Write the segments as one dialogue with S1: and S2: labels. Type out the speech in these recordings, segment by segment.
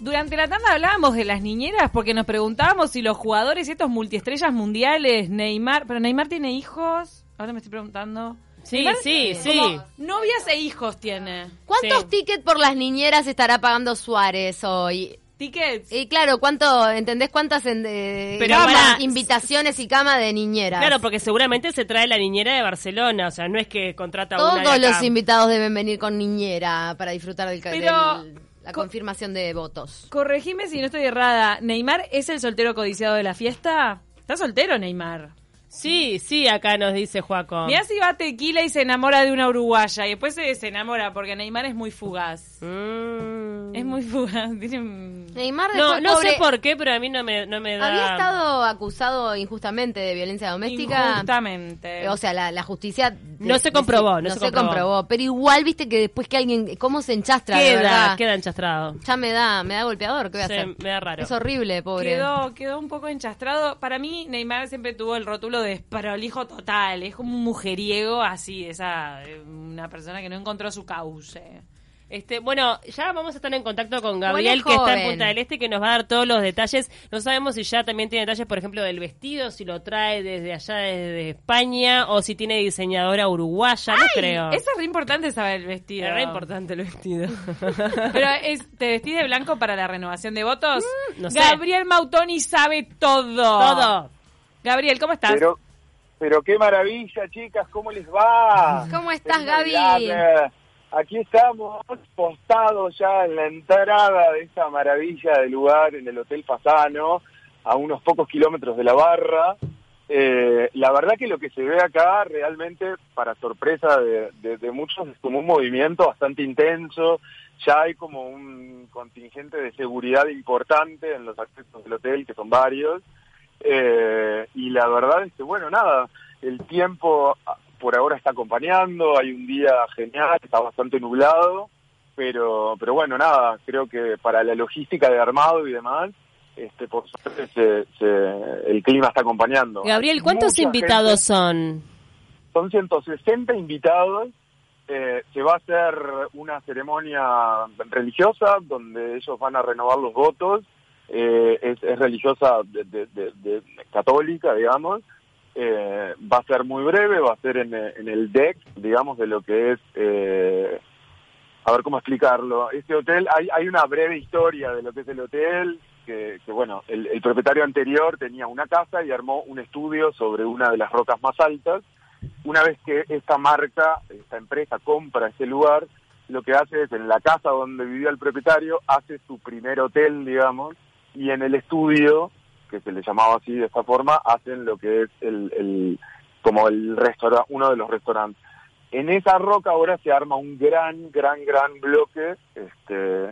S1: Durante la tanda hablábamos de las niñeras porque nos preguntábamos si los jugadores, estos multiestrellas mundiales, Neymar, pero Neymar tiene hijos. Ahora me estoy preguntando.
S2: Sí,
S1: Neymar,
S2: sí, sí.
S1: como Novias e hijos tiene.
S3: ¿Cuántos
S2: Sí.
S3: tickets por las niñeras estará pagando Suárez hoy?
S1: Tickets.
S3: Y claro, ¿cuánto, ¿entendés cuántas en- eh,
S2: Pero
S3: camas,
S2: pará.
S3: invitaciones y cama de niñeras?
S2: Claro, porque seguramente se trae la niñera de Barcelona, o sea, no es que contrata a una
S3: Todos
S2: de acá.
S3: los invitados deben venir con niñera para disfrutar del, ca-
S1: Pero-
S3: del- la confirmación de votos.
S1: Corregime si no estoy errada. ¿Neymar es el soltero codiciado de la fiesta? Está soltero Neymar.
S2: Sí, sí, acá nos dice Juaco.
S1: Mirá si va a tequila y se enamora de una uruguaya y después se desenamora porque Neymar es muy fugaz.
S2: Mm.
S1: Es muy fugaz. Tiene un-
S3: Neymar
S2: No,
S3: después,
S2: no sé
S3: pobre,
S2: por qué, pero a mí no me, no me da...
S3: había estado acusado injustamente de violencia doméstica.
S1: Injustamente.
S3: Eh, O sea, la, la justicia... de-
S2: No se comprobó,
S3: de-
S2: no
S3: no
S2: se
S3: se
S2: comprobó.
S3: comprobó. Pero igual, viste que después que alguien... ¿Cómo se enchastra, de
S2: queda,
S3: verdad?
S2: queda enchastrado.
S3: Ya me da, me da golpeador, ¿qué voy a
S2: Sí,
S3: hacer?
S2: me da raro.
S3: Es horrible, pobre.
S1: quedó, quedó un poco enchastrado. Para mí, Neymar siempre tuvo el rótulo de desprolijo total. Es como un mujeriego así, esa eh, una persona que no encontró su cauce.
S2: Este, bueno, ya vamos a estar en contacto con Gabriel,
S3: Bueno,
S2: que está en
S3: joven.
S2: Punta del Este, que nos va a dar todos los detalles. No sabemos si ya también tiene detalles, por ejemplo, del vestido, si lo trae desde allá, desde España, o si tiene diseñadora uruguaya, no creo.
S1: Eso es re importante saber el vestido.
S2: Es re importante el vestido.
S1: Pero es, te vestís de blanco para la renovación de votos.
S2: Mm, no sé.
S1: Gabriel Mautoni sabe todo.
S2: Todo.
S1: Gabriel, ¿cómo estás?
S4: Pero, pero qué maravilla, chicas, ¿cómo les va?
S3: ¿Cómo estás,
S4: Qué
S3: Gaby?
S4: maravilla. Aquí estamos postados ya en la entrada de esta maravilla de lugar en el Hotel Fasano, a unos pocos kilómetros de la barra. Eh, la verdad que lo que se ve acá realmente, para sorpresa de, de- de muchos, es como un movimiento bastante intenso. Ya hay como un contingente de seguridad importante en los accesos del hotel, que son varios. Eh, y la verdad es que, bueno, nada, el tiempo ah, por ahora está acompañando, hay un día genial, está bastante nublado, pero, pero bueno, nada, creo que para la logística de armado y demás, este, por suerte se- se- el clima está acompañando.
S2: Gabriel,
S4: Hay
S2: ¿cuántos
S4: mucha
S2: invitados
S4: gente,
S2: son?
S4: son 160 invitados. eh, se va a hacer una ceremonia religiosa donde ellos van a renovar los votos. eh, es, es religiosa de- de- de- de- católica, digamos. Eh, va a ser muy breve, va a ser en, eh, en el deck, digamos, de lo que es... eh, a ver cómo explicarlo. Este hotel, hay, hay una breve historia de lo que es el hotel, que, que, bueno, el, el propietario anterior tenía una casa y armó un estudio sobre una de las rocas más altas. Una vez que esta marca, esta empresa compra ese lugar, lo que hace es en la casa donde vivía el propietario, hace su primer hotel, digamos, y en el estudio, que se le llamaba así de esta forma, hacen lo que es el, el como el restaurante, uno de los restaurantes. En esa roca ahora se arma un gran, gran, gran bloque, este,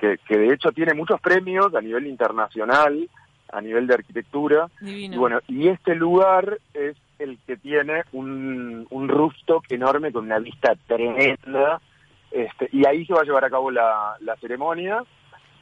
S4: que, que de hecho tiene muchos premios a nivel internacional, a nivel de arquitectura.
S1: Divino.
S4: Y bueno, y este lugar es el que tiene un, un rooftop enorme con una vista tremenda. Este, y ahí se va a llevar a cabo la, la ceremonia.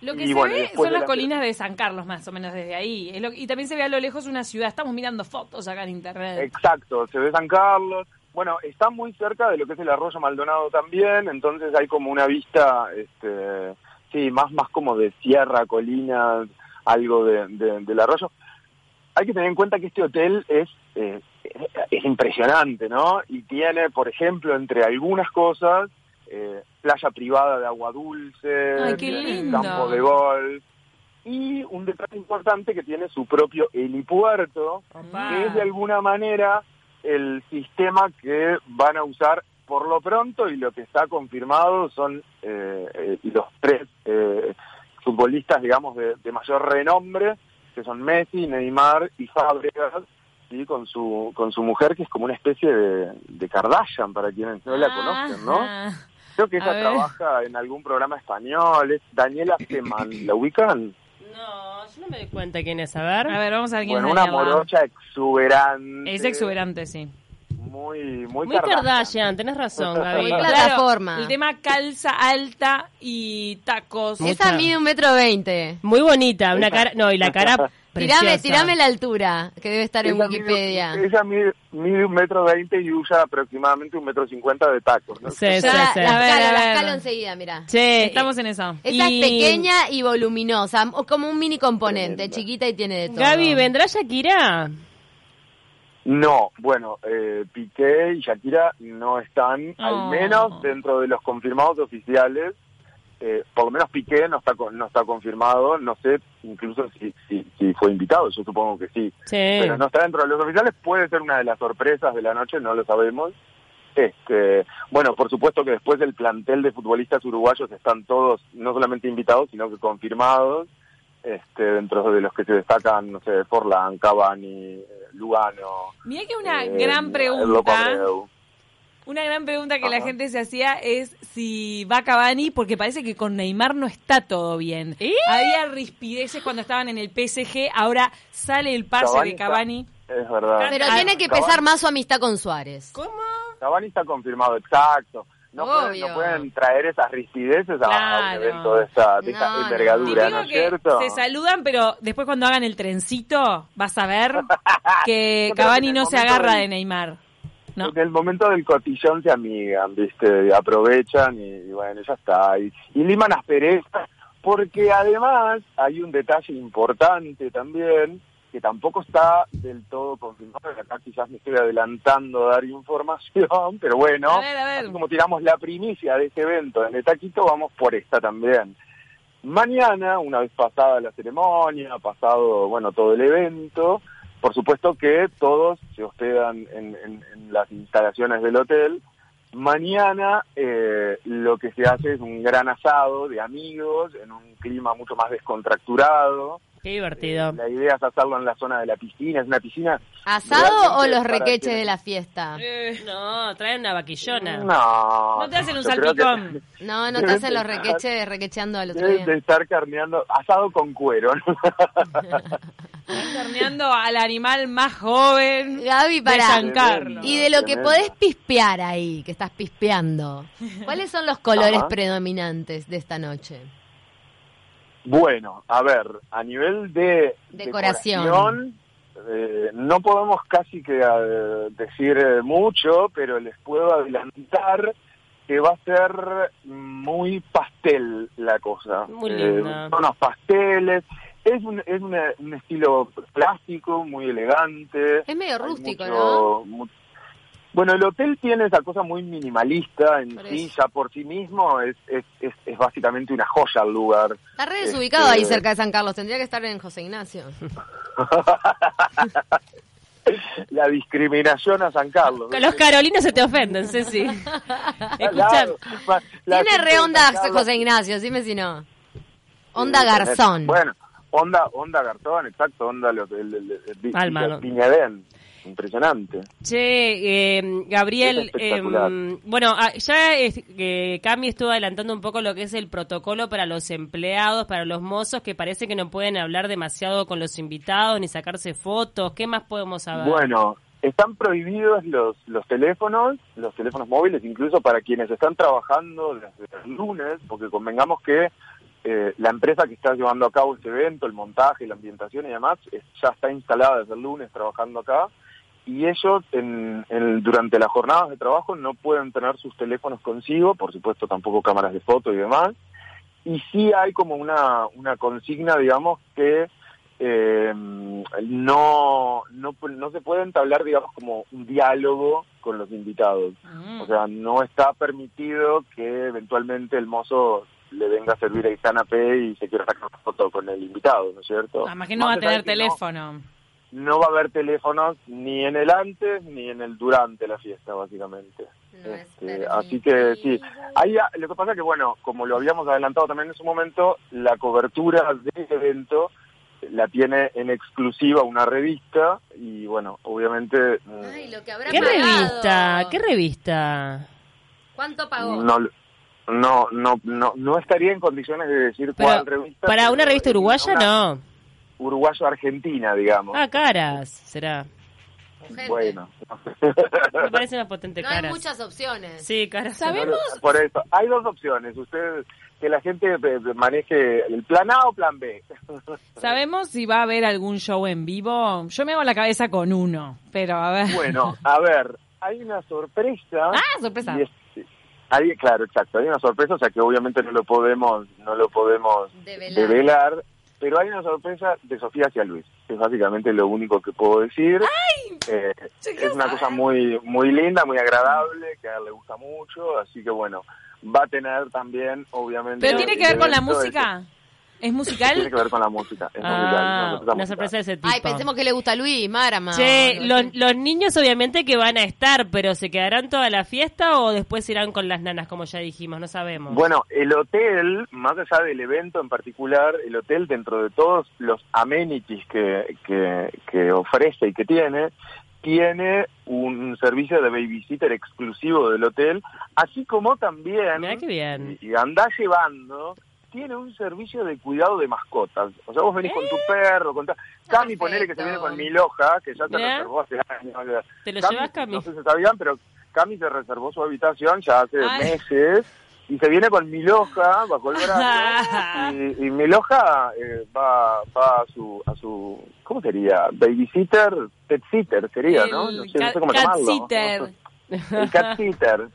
S1: Lo que
S4: Y
S1: se
S4: bueno,
S1: ve
S4: después
S1: son
S4: de
S1: las
S4: la-
S1: colinas de San Carlos, más o menos desde ahí. Es lo- y también se ve a lo lejos una ciudad. Estamos mirando fotos acá en internet.
S4: Exacto, se ve San Carlos. Bueno, está muy cerca de lo que es el arroyo Maldonado también, entonces hay como una vista, este, sí, más, más como de sierra, colinas, algo de, de- del arroyo. Hay que tener en cuenta que este hotel es, eh, es impresionante, ¿no? Y tiene, por ejemplo, entre algunas cosas, eh, playa privada de agua dulce,
S1: Ay, qué
S4: tiene
S1: lindo.
S4: campo de golf, y un detalle importante que tiene su propio helipuerto,
S1: Opa.
S4: Eh, que es de alguna manera el sistema que van a usar por lo pronto y lo que está confirmado son eh, eh, los tres eh, futbolistas, digamos, de, de mayor renombre, que son Messi, Neymar y Fábregas, y con su con su mujer, que es como una especie de, de Kardashian, para quienes no la conocen, ¿no?
S1: Ajá.
S4: Creo que
S1: Ah, A
S4: ella
S1: ver.
S4: trabaja en algún programa español, es Daniela Seman, ¿la ubican?
S2: No, yo no me doy cuenta quién es, a ver.
S1: A ver, vamos a ver quién
S4: Bueno,
S1: es
S4: una
S1: Daniela.
S4: morocha exuberante.
S1: Es exuberante, sí.
S4: Muy, muy,
S2: Muy Kardashian, tenés razón, Gaby.
S3: Muy plataforma.
S1: el tema calza alta y tacos.
S3: Esa mide un metro veinte.
S2: Muy bonita, una cara, no, y la cara preciosa.
S3: Tirame, tirame la altura que debe estar en
S4: Ella
S3: Wikipedia.
S4: mide- Ella mide, mide un metro veinte y usa aproximadamente un metro cincuenta de tacos. ¿no?
S2: Sí, sí,
S3: Ya,
S2: sí.
S3: La
S1: A ver,
S3: escalo,
S1: a
S3: la
S1: ver.
S3: escalo enseguida, mirá.
S2: Che, eh,
S1: Estamos en esa.
S3: Esa
S2: Y-
S3: es pequeña y voluminosa, o como un mini componente,
S4: Tremenda.
S3: chiquita y tiene de todo.
S2: Gaby, ¿vendrá Shakira?
S4: No, bueno, eh, Piqué y Shakira no están,
S1: Oh.
S4: al menos dentro de los confirmados oficiales. Eh, por lo menos Piqué no está co- no está confirmado, no sé incluso si, si, si fue invitado, yo supongo que sí.
S2: Sí.
S4: pero no está dentro de los oficiales, puede ser una de las sorpresas de la noche, no lo sabemos. Este, bueno, por supuesto que después del plantel de futbolistas uruguayos están todos no solamente invitados, sino que confirmados, este, dentro de los que se destacan, no sé, Forlán, Cavani, eh, Lugano.
S1: Mirá que una
S4: eh,
S1: gran
S4: Loco
S1: pregunta.
S4: Abreu.
S1: Una gran pregunta que la
S4: Ajá.
S1: gente se hacía es si va Cavani, porque parece que con Neymar no está todo bien.
S2: ¿Eh?
S1: Había rispideces cuando estaban en el PSG, ahora sale el pase
S4: Cavani
S1: de
S4: está-
S1: Cavani.
S4: Es verdad.
S3: Pero
S1: Ah,
S3: tiene que
S4: Cavani-
S3: pesar más su amistad con Suárez.
S1: ¿Cómo?
S4: Cavani está confirmado, exacto. No pueden,
S3: Obvio.
S4: no pueden traer esas rispideces a- a,
S1: Claro.
S4: un evento de esta, de esta
S3: No, no.
S4: envergadura,
S1: Digo
S4: ¿no es
S1: que
S4: cierto?
S1: se saludan, pero después cuando hagan el trencito, vas a ver que
S4: Yo creo que
S1: Cavani
S4: en el
S1: no se
S4: momento
S1: agarra
S4: del-
S1: de Neymar. No.
S4: En el momento del cotillón se amigan, ¿viste? Aprovechan y, y bueno, ya está. Y, y liman asperezas, porque además hay un detalle importante también, que tampoco está del todo confirmado, y acá quizás me estoy adelantando a dar información, pero bueno,
S1: A ver, a ver.
S4: así como tiramos la primicia de este evento en el taquito, vamos por esta también. Mañana, una vez pasada la ceremonia, pasado, bueno, todo el evento, por supuesto que todos se hospedan en, en- en las instalaciones del hotel. Mañana eh, lo que se hace es un gran asado de amigos en un clima mucho más descontracturado.
S2: Qué divertido.
S4: Eh, la idea es hacerlo en la zona de la piscina, es una piscina...
S3: ¿Asado o
S4: Realmente
S3: los
S4: para
S3: requeches
S4: que-
S3: de la fiesta?
S1: Eh,
S2: No, traen una vaquillona.
S4: No,
S1: No te hacen un
S4: yo creo que-
S1: salpicón.
S3: No, no te
S4: Deben
S3: hacen los
S4: de-
S3: requeches requecheando al otro
S4: Deben
S3: día.
S4: de estar carneando asado con cuero. ¿no?
S1: Torneando al animal más joven.
S3: Gaby,
S1: De
S3: pará.
S1: San Carlos.
S3: Y de lo que
S4: Tremendo.
S3: podés pispear ahí, que estás pispeando, ¿cuáles son los colores
S4: Ajá.
S3: predominantes de esta noche?
S4: Bueno, a ver, a nivel de
S3: Decoración.
S4: decoración, eh, no podemos casi que eh, decir eh, mucho, pero les puedo adelantar que va a ser muy pastel la cosa.
S2: Muy
S4: Eh,
S2: linda.
S4: tonos pasteles. Es un, es una- un estilo plástico muy elegante.
S3: Es medio
S4: Hay
S3: rústico, ¿no?
S4: mucho- mu- bueno, el hotel tiene esa cosa muy minimalista en
S3: Por
S4: sí,
S3: eso.
S4: ya por sí mismo es, es, es, es básicamente una joya el lugar.
S3: Está re desubicado
S4: Este-
S3: ahí cerca de San Carlos, tendría que estar en José Ignacio.
S4: Este, La discriminación a San Carlos.
S2: Los carolinos se te ofenden, Ceci. Escucha,
S4: Claro, ma- la
S3: Tiene
S4: gente
S3: re
S4: de
S3: onda
S4: San Carlos-
S3: José Ignacio, dime si no. Onda
S4: Eh,
S3: Garzón.
S4: Bueno, onda, onda Garzón, exacto, onda los, el, el- el- el-
S2: Alma,
S4: el-
S2: no.
S4: Viñadén. Impresionante.
S2: Che, eh,
S4: Es
S2: Gabriel,
S4: espectacular.
S2: eh, bueno, ah, ya es- eh, Cami estuvo adelantando un poco lo que es el protocolo para los empleados, para los mozos, que parece que no pueden hablar demasiado con los invitados ni sacarse fotos. ¿Qué más podemos saber?
S4: Bueno, están prohibidos los, los teléfonos, los teléfonos móviles, incluso para quienes están trabajando desde el lunes, porque convengamos que eh, la empresa que está llevando a cabo este evento, el montaje, la ambientación y demás, es- ya está instalada desde el lunes trabajando acá. Y ellos en, en- durante las jornadas de trabajo no pueden tener sus teléfonos consigo, por supuesto tampoco cámaras de foto y demás. Y sí hay como una, una consigna, digamos, que eh, no, no, pues, no se puede entablar, digamos, como un diálogo con los invitados.
S1: Mm.
S4: O sea, no está permitido que eventualmente el mozo le venga a servir el canapé y se quiera sacar una foto con el invitado, ¿no es cierto?
S1: Además Ah, que no va
S4: Más
S1: a
S4: allá de
S1: tener
S4: que no-
S1: teléfono.
S4: No, va a haber teléfonos ni en el antes ni en el durante la fiesta, básicamente.
S3: No es
S4: Este, así que sí, Ahí, ah, lo que pasa que, bueno, como lo habíamos adelantado también en su momento, la cobertura del evento la tiene en exclusiva una revista y, bueno, obviamente... mm,
S3: Ay, lo que habrá
S2: ¿Qué
S3: pagado.
S2: revista? ¿Qué revista?
S3: ¿Cuánto pagó?
S4: no, no, no, no, no estaría en condiciones de decir
S2: Pero,
S4: cuál revista.
S2: Para
S4: pero
S2: una revista
S4: es
S2: uruguaya,
S4: una
S2: no.
S4: Uruguayo-argentina, digamos.
S2: Ah, caras, será.
S3: Gente.
S4: bueno.
S2: Me parece más potente
S3: No hay
S2: caras.
S3: muchas opciones.
S2: Sí, caras.
S1: ¿Sabemos?
S4: Por eso, hay dos opciones. Ustedes que la gente eh, maneje el plan A o plan B.
S1: ¿Sabemos si va a haber algún show en vivo? Yo me hago la cabeza con uno, pero a ver.
S4: Bueno, a ver, hay una sorpresa.
S1: Ah, sorpresa.
S4: Y es- hay- claro, exacto, hay una sorpresa, o sea que obviamente no lo podemos, no lo podemos
S3: Develar.
S4: develar, pero hay una sorpresa de Sofía hacia Luis, que es básicamente lo único que puedo decir. Eh,
S1: Yo
S4: es
S1: quiero
S4: una cosa muy, muy linda, muy agradable, que a él le gusta mucho, así que bueno, va a tener también, obviamente...
S1: ¿Pero tiene que ver con la
S4: evento de-
S1: música? ¿Es
S4: Tiene
S1: musical?
S4: que ver con la música. es
S2: Ah,
S4: musical,
S2: una sorpresa de ese tipo.
S3: Ay, pensemos que le gusta a Luis, Marama.
S2: Che,
S3: No, no,
S2: los,
S3: no.
S2: los niños obviamente que van a estar, pero ¿se quedarán toda la fiesta o después irán con las nanas, como ya dijimos? No sabemos.
S4: Bueno, el hotel, más allá del evento en particular, el hotel dentro de todos los amenities que, que, que ofrece y que tiene, tiene un servicio de babysitter exclusivo del hotel, así como también,
S2: Mirá qué bien.
S4: y andá llevando, tiene un servicio de cuidado de mascotas. O sea, vos venís con tu perro, con ta- Cami,
S3: perfecto.
S4: ponele que se viene con mi loja, que ya se
S2: Mirá.
S4: reservó hace años.
S2: ¿Te lo llevas, Cami?
S4: No sé si sabían, pero Cami se reservó su habitación ya hace
S1: Ay.
S4: meses y se viene con Miloja bajo el brazo y, y Miloja eh, va, va a su a su ¿cómo sería? babysitter, pet sitter sería, ¿no? No
S1: El
S4: sé, no sé cómo
S1: cat-
S4: llamarlo.
S1: catsitter.
S4: el cat sitter.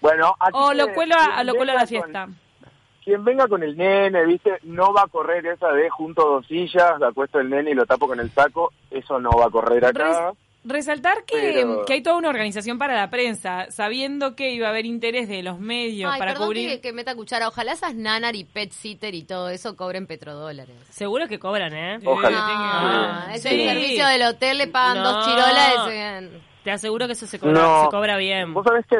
S4: Bueno, así
S1: O Oh,
S4: que
S1: lo cuelo a,
S4: quien
S1: lo cuelo a la
S4: venga con-
S1: fiesta.
S4: quien venga con el nene, ¿viste? No va a correr esa de junto dos sillas, la acuesto el nene y lo tapo con el saco, eso no va a correr acá.
S1: Res- resaltar que,
S4: Pero-
S1: que hay toda una organización para la prensa, sabiendo que iba a haber interés de los medios
S3: Ay,
S1: para
S3: perdón
S1: cubrir.
S3: que, que meta cuchara. Ojalá esas nanar y pet sitter y todo eso cobren petrodólares.
S2: Seguro que cobran, ¿eh?
S4: Ojalá.
S1: Ah,
S3: No, es
S1: sí.
S3: el servicio del hotel, le pagan
S2: No.
S3: dos chirolas. y se-
S2: Te aseguro que eso se cobra,
S4: No.
S2: se cobra bien.
S4: Vos sabés que,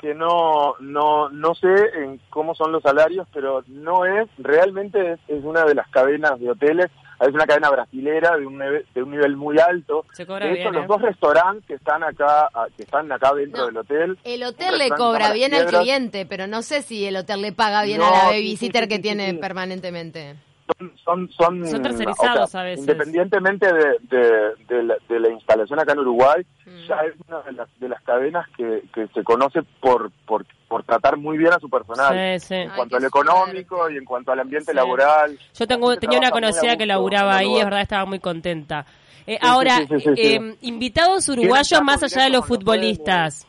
S4: que no, no, no sé en cómo son los salarios, pero no es, realmente es, es una de las cadenas de hoteles, es una cadena brasilera de un, neve- de un nivel muy alto.
S2: Se cobra
S4: de hecho,
S2: bien,
S4: los
S2: ¿eh?
S4: dos restaurantes que están acá, ah, que están acá dentro
S3: No.
S4: del hotel.
S3: El
S4: un
S3: hotel le
S4: restaurante
S3: cobra
S4: Malas
S3: bien al
S4: Piedras,
S3: cliente, pero no sé si el hotel le paga bien a
S4: No,
S3: la
S4: sí, sí,
S3: babysitter
S4: sí,
S3: que
S4: sí,
S3: tiene
S4: sí.
S3: permanentemente.
S4: son son son,
S2: Son tercerizados a veces.
S4: independientemente de, de- de la, de la instalación acá en Uruguay
S2: Mm.
S4: ya es una de las, de las cadenas que, que se conoce por, por por tratar muy bien a su personal
S2: Sí, sí.
S4: en
S3: Ay,
S4: cuanto a
S3: qué
S4: lo económico
S3: suerte.
S4: y en cuanto al ambiente
S2: Sí.
S4: laboral
S2: Yo tengo,
S4: Se
S2: tenía una
S4: trabaja muy a
S2: conocida
S4: gusto
S2: que
S4: en
S2: laburaba
S4: el
S2: ahí,
S4: lugar.
S2: es verdad, estaba muy contenta. Eh,
S4: sí,
S2: ahora,
S4: sí, sí, sí,
S2: eh, invitados uruguayos
S4: trato
S2: más allá de los
S4: directo con los
S2: futbolistas.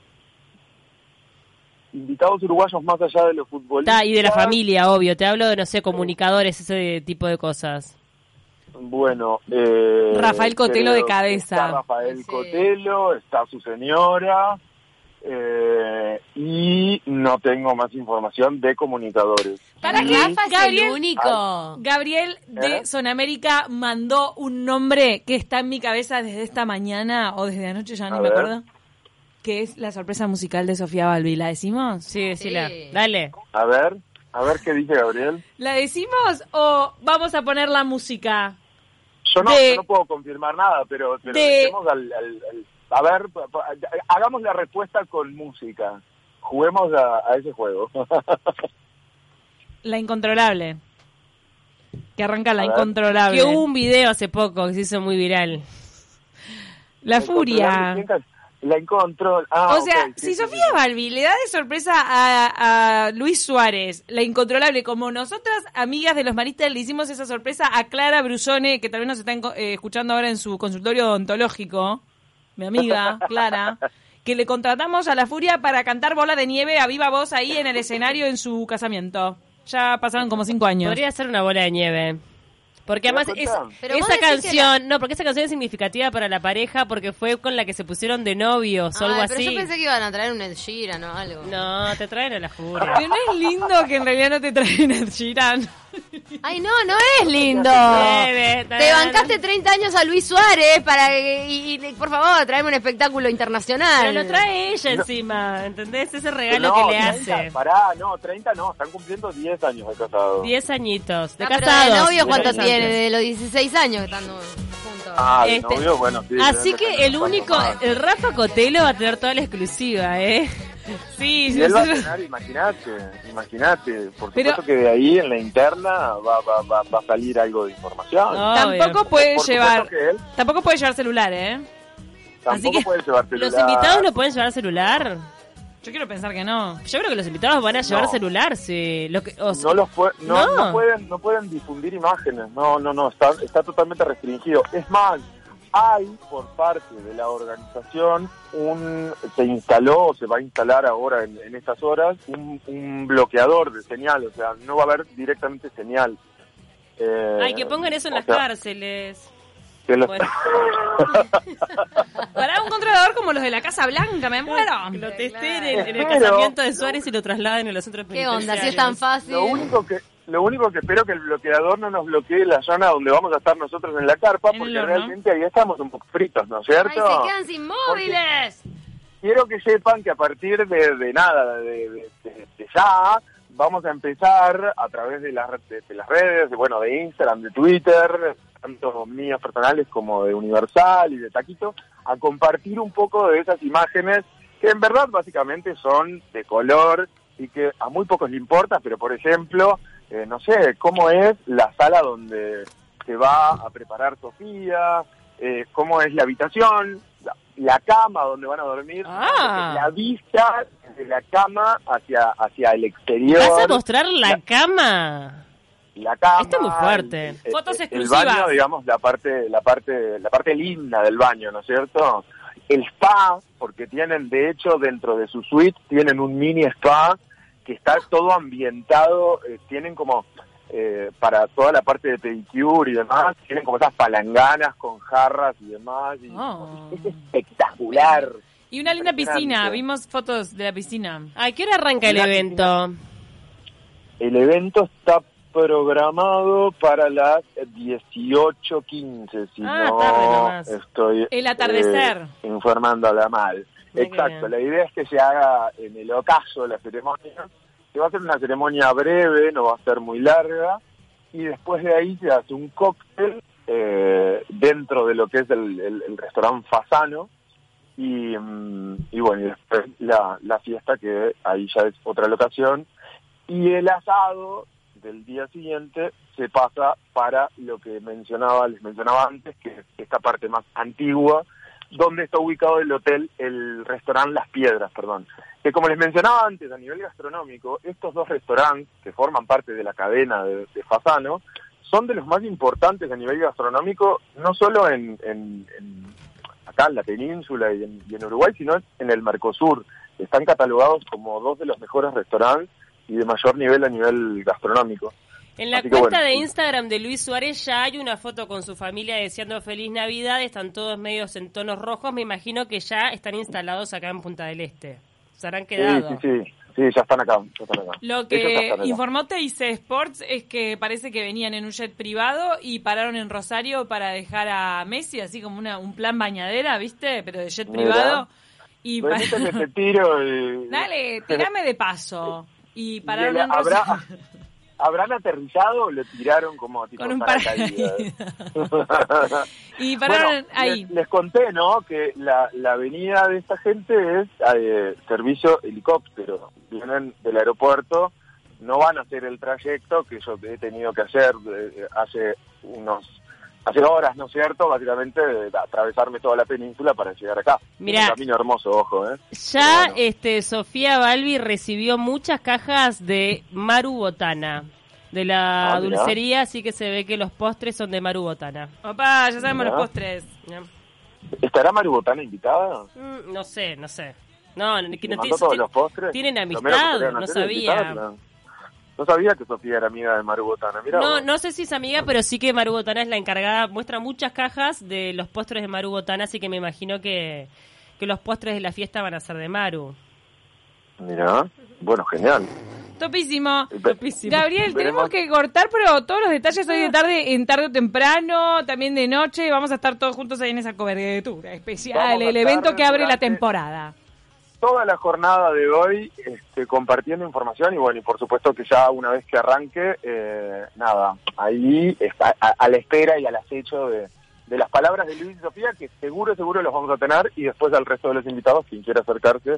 S4: invitados uruguayos más allá de los futbolistas
S2: Ta, y de la familia, obvio. Te hablo de, no sé, comunicadores, ese tipo de cosas.
S4: Bueno, eh,
S1: Rafael Cotelo
S4: creo
S1: de
S4: que
S1: cabeza.
S4: Está Rafael
S3: Sí.
S4: Cotelo, está su señora eh, y no tengo más información de comunicadores.
S1: ¿Para
S4: Y-
S1: qué?
S3: Rafa es
S1: Gabriel-
S3: el único.
S1: Gabriel de
S4: ¿Eh?
S1: Sonamérica mandó un nombre que está en mi cabeza desde esta mañana o desde anoche, ya
S4: A
S1: ni me
S4: ver.
S1: acuerdo. Que es la sorpresa musical de Sofía Balbi. ¿La decimos?
S2: Sí, decila.
S3: Sí.
S2: Dale.
S4: A ver, a ver qué dice Gabriel.
S1: ¿La decimos o vamos a poner la música?
S4: Yo no,
S1: De-
S4: yo no puedo confirmar nada, pero, pero
S1: De-
S4: dejemos al, al- al- a ver, pa- pa- hagamos la respuesta con música. Juguemos a, a ese juego.
S1: La incontrolable. Que arranca la
S4: A ver.
S1: incontrolable.
S2: Que hubo un video hace poco que se hizo muy viral.
S1: La furia.
S4: La incontrol. Ah,
S1: o sea,
S4: ok, sí,
S1: si
S4: sí, sí.
S1: Sofía Balbi le da de sorpresa a, a Luis Suárez, la incontrolable, como nosotras, amigas de los maristas, le hicimos esa sorpresa a Clara Brusone, que también nos está enco- eh, escuchando ahora en su consultorio odontológico, mi amiga Clara, que le contratamos a la furia para cantar bola de nieve a viva voz ahí en el escenario en su casamiento. Ya pasaron como cinco años.
S2: Podría ser una bola de nieve. Porque
S4: ¿Te das
S2: además es-
S4: cuenta?
S3: Pero
S2: esa
S3: vos decís que
S2: canción, no, porque esa canción es significativa para la pareja porque fue con la que se pusieron de novios o
S3: Ay,
S2: algo
S3: Ah, pero
S2: así.
S3: yo pensé que iban a traer un El Sheeran o algo.
S2: No, te traen a la furia.
S3: Ah.
S1: Pero no es lindo que en realidad no te traen el Girán.
S3: Ay, no, no es lindo.
S2: Bebe,
S3: Te
S2: tarara.
S3: bancaste 30 años a Luis Suárez para que- y, y, por favor, tráeme un espectáculo internacional.
S2: Pero lo trae ella encima, ¿entendés? Ese regalo
S4: No,
S2: que le
S4: 30,
S2: hace.
S4: Pará, no, 30 no, están cumpliendo 10 años de casado.
S2: Diez añitos, de
S3: Ah, pero
S2: casados.
S3: de novio cuánto
S2: Interesante.
S3: tiene, de los 16 años que están juntos.
S4: Ah, de
S2: Este,
S4: novio, bueno, sí.
S2: Así
S4: deben
S2: que
S4: tener
S2: el
S4: un par
S2: único,
S4: más.
S1: eh,
S2: el Rafa Cotelo va a tener toda la exclusiva, ¿eh?
S1: Sí,
S4: Y él va a
S1: nosotros-
S4: ganar, imagínate, imagínate. Por
S1: Pero-
S4: supuesto que de ahí en la interna va, va, va, va a salir algo de información.
S2: No,
S1: Tampoco
S2: Obvio.
S1: puede
S4: Por supuesto
S1: llevar.
S4: que él.
S1: Tampoco puede llevar celular, ¿eh?
S4: Tampoco
S1: así que
S4: puedes llevarte
S2: ¿Los invitados no pueden llevar celular?
S1: Yo quiero pensar que no.
S2: Yo creo que los invitados van a llevar
S4: No.
S2: celular, sí. Lo que- o sea,
S4: No los pue- no,
S2: No.
S4: no pueden no pueden difundir imágenes. No, no, no, está está totalmente restringido. Es más, hay por parte de la organización un se instaló o se va a instalar ahora en, en estas horas un, un bloqueador de señal, o sea, no va a haber directamente señal. Eh,
S2: Ay, que pongan eso en
S4: o
S2: las pues.
S4: sea,
S2: cárceles.
S4: que los-
S2: Bueno.
S1: Para un controlador como los de la Casa Blanca, me muero.
S2: Que lo
S3: Claro.
S2: testen en, en el
S4: Pero-
S2: casamiento de Suárez y lo trasladen a los centros
S3: ¿Qué onda? Si
S2: penitenciarios.
S3: es tan fácil.
S4: Lo único que lo único que espero que el bloqueador no nos bloquee la zona donde vamos a estar nosotros en la carpa,
S1: En el
S4: porque
S1: horno.
S4: realmente ahí estamos un poco fritos, ¿no es
S3: Ay,
S4: cierto?
S3: se quedan sin móviles.
S4: Quiero que sepan que a partir de, de nada, de, de- de- de ya, vamos a empezar a través de las, re- de, de las redes, de, bueno, de Instagram, de Twitter, tanto mías personales como de Universal y de Taquito, a compartir un poco de esas imágenes que en verdad básicamente son de color y que a muy pocos le importa, pero por ejemplo, eh, no sé, cómo es la sala donde se va a preparar Sofía, eh, cómo es la habitación, la, la cama donde van a dormir,
S2: Ah.
S4: la vista de la cama hacia hacia el exterior,
S2: ¿Vas a mostrar la cama?
S4: la cama,
S2: Esto es muy fuerte.
S4: el- el-
S1: Fotos
S4: el
S1: exclusivas.
S4: baño, digamos la parte la parte la parte linda del baño, ¿no es cierto? El spa, porque tienen de hecho dentro de su suite tienen un mini spa que está
S1: Ah.
S4: todo ambientado, eh, tienen como eh, para toda la parte de pedicure y demás, tienen como esas palanganas con jarras y demás, y
S2: Ah.
S1: Oh.
S4: es espectacular.
S1: Y una linda piscina,
S4: Impresionante.
S1: vimos fotos de la piscina.
S2: ¿A qué hora arranca el
S4: Una
S2: evento?
S4: El evento está programado para las 18.15, si
S2: Ah,
S4: no
S2: tarde nomás.
S4: estoy
S1: El atardecer.
S4: eh, informándola mal.
S2: Mira qué
S4: Exacto,
S2: bien.
S4: la idea es que se haga en el ocaso de la ceremonia, que va a ser una ceremonia breve, no va a ser muy larga, y después de ahí se hace un cóctel eh, dentro de lo que es el, el- el restaurante Fasano, y, mm, y bueno, y después la, la fiesta, que ahí ya es otra locación, y el asado del día siguiente se pasa para lo que mencionaba, les mencionaba antes, que es esta parte más antigua, donde está ubicado el hotel, el restaurante Las Piedras, perdón. Que como les mencionaba antes, a nivel gastronómico, estos dos restaurantes que forman parte de la cadena de, de Fasano son de los más importantes a nivel gastronómico, no solo en, en- en- acá en la península y en, y en Uruguay, sino en el Mercosur. Están catalogados como dos de los mejores restaurantes y de mayor nivel a nivel gastronómico.
S2: En la
S4: Así que
S2: cuenta
S4: bueno.
S2: de Instagram de Luis Suárez ya hay una foto con su familia deseando feliz Navidad. Están todos medios en tonos rojos. Me imagino que ya están instalados acá en Punta del Este. Se habrán quedado.
S4: Sí, sí, sí, sí, ya están acá. ya están acá.
S1: Lo
S4: Ellos ya
S1: que
S4: están acá.
S1: informó TIC Sports es que parece que venían en un jet privado y pararon en Rosario para dejar a Messi, así como una, un plan bañadera, ¿viste? Pero de jet
S4: Mirá.
S1: privado. Y
S4: Bueno,
S1: pararon-
S4: métete ese tiro y-
S1: Dale, tirame de paso. Y pararon
S4: Y el-
S1: en
S4: ¿habrá,
S1: Rosario
S4: ¿Habrán aterrizado o lo tiraron como tipo
S1: con un
S4: paracaídas?
S1: paracaídas. y pararon
S4: Bueno,
S1: ahí.
S4: Les, les conté, ¿no? Que la, la avenida de esta gente es eh, servicio helicóptero. Vienen del aeropuerto, no van a hacer el trayecto que yo he tenido que hacer eh, hace unos hace horas, ¿no es cierto? Básicamente de atravesarme toda la península para llegar acá.
S2: Mirá.
S4: Es un camino hermoso, ojo, ¿eh?
S2: Ya
S4: Pero bueno.
S2: este Sofía Balbi recibió muchas cajas de Maru Botana de la
S4: Ah, mirá.
S2: dulcería, así que se ve que los postres son de Maru Botana.
S1: Papá, ya sabemos
S4: Mirá.
S1: los postres.
S4: ¿Estará Maru Botana invitada?
S2: Mm, no sé, no sé. No, no, que no
S4: ¿Le mandó
S2: tiene-
S4: todos los postres?
S2: tienen
S4: Lo menos que
S2: amistad,
S4: podrían
S2: no
S4: hacer es
S2: sabía.
S4: invitarla. No sabía que Sofía era amiga de Maru Botana. Mirá
S2: No,
S4: vos.
S2: no sé si es amiga, pero sí que Maru Botana es la encargada. Muestra muchas cajas de los postres de Maru Botana, así que me imagino que, que los postres de la fiesta van a ser de Maru.
S4: Mirá. Bueno, genial.
S1: Topísimo.
S4: Ve-
S1: Gabriel, tenemos
S4: pues, Veremos. Ah.
S1: que cortar, pero todos los detalles hoy de tarde, en tarde o temprano, también de noche, vamos a estar todos juntos ahí en esa cobertura especial,
S4: Vamos a
S1: el evento
S4: estar
S1: que abre la
S4: durante-
S1: temporada.
S4: toda la jornada de hoy este, compartiendo información y bueno, y por supuesto que ya una vez que arranque, eh, nada, ahí está, a, a la espera y al acecho de, de las palabras de Luis y Sofía, que seguro, seguro los vamos a tener y después al resto de los invitados, quien quiera acercarse,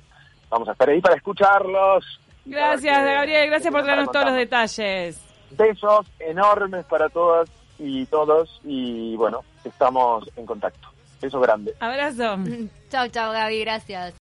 S4: vamos a estar ahí para escucharlos. y para
S1: Gracias,
S4: que-
S1: Gabriel, gracias por
S4: que tengan
S1: traernos todos los
S4: para
S1: detalles.
S4: contarnos. Besos enormes para todas y todos y bueno, estamos en contacto. Beso grande.
S1: Abrazo.
S3: Chao, chao, Gaby, gracias.